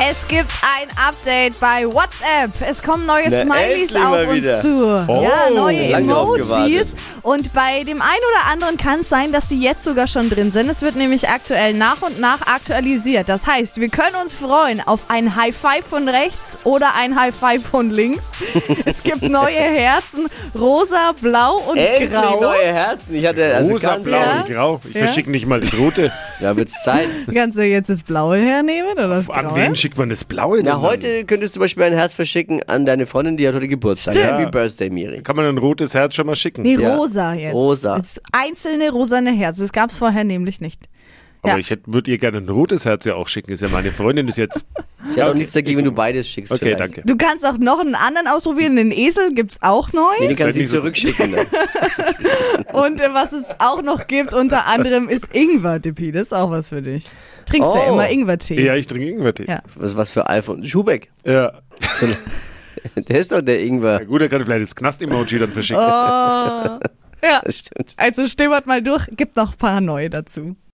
Es gibt ein Update bei WhatsApp. Es kommen neue Na, Smileys endlich mal auf uns wieder. zu. Oh, ja, neue lange drauf Emojis. gewartet. Und bei dem einen oder anderen kann es sein, dass die jetzt sogar schon drin sind. Es wird nämlich aktuell nach und nach aktualisiert. Das heißt, wir können uns freuen auf ein High Five von rechts oder ein High Five von links. es gibt neue Herzen, rosa, blau und Endlich grau. neue Herzen. Ich hatte also Rosa, ganz blau Ja. und grau. Ich Ja. verschicke nicht mal das rote. Ja, wird's Zeit. Kannst du jetzt das blaue hernehmen oder das An graue? wen schickt man das blaue denn Na, dann? heute könntest du zum Beispiel ein Herz verschicken an deine Freundin, die hat heute Geburtstag. Stimmt. Happy Birthday, Miri. Kann man ein rotes Herz schon mal schicken? Nee, Ja. rosa jetzt. Rosa. Jetzt einzelne rosane Herzen. Das gab es vorher nämlich nicht. Aber ja. ich würde ihr gerne ein rotes Herz ja auch schicken. Ist ja meine Freundin, ist jetzt. Ich habe auch nichts dagegen, wenn du beides schickst. Okay, vielleicht. danke. Du kannst auch noch einen anderen ausprobieren. Den Esel gibt's auch Nee, neu. die kann Das wär sie nicht so- zurückschicken. Dann. Und äh, was es auch noch gibt, unter anderem, ist Ingwer-Dippy. Das ist auch was für dich. Trinkst ja Oh. immer Ingwertee. Ja, ich trinke Ingwertee. Ja. Was, was für Alfon? Schubeck. Ja. Der ist doch der Ingwer. Gut, er kann vielleicht das Knast-Emoji dann verschicken. Oh. ja. Das stimmt. Also stöbert mal durch. Gibt noch ein paar neue dazu.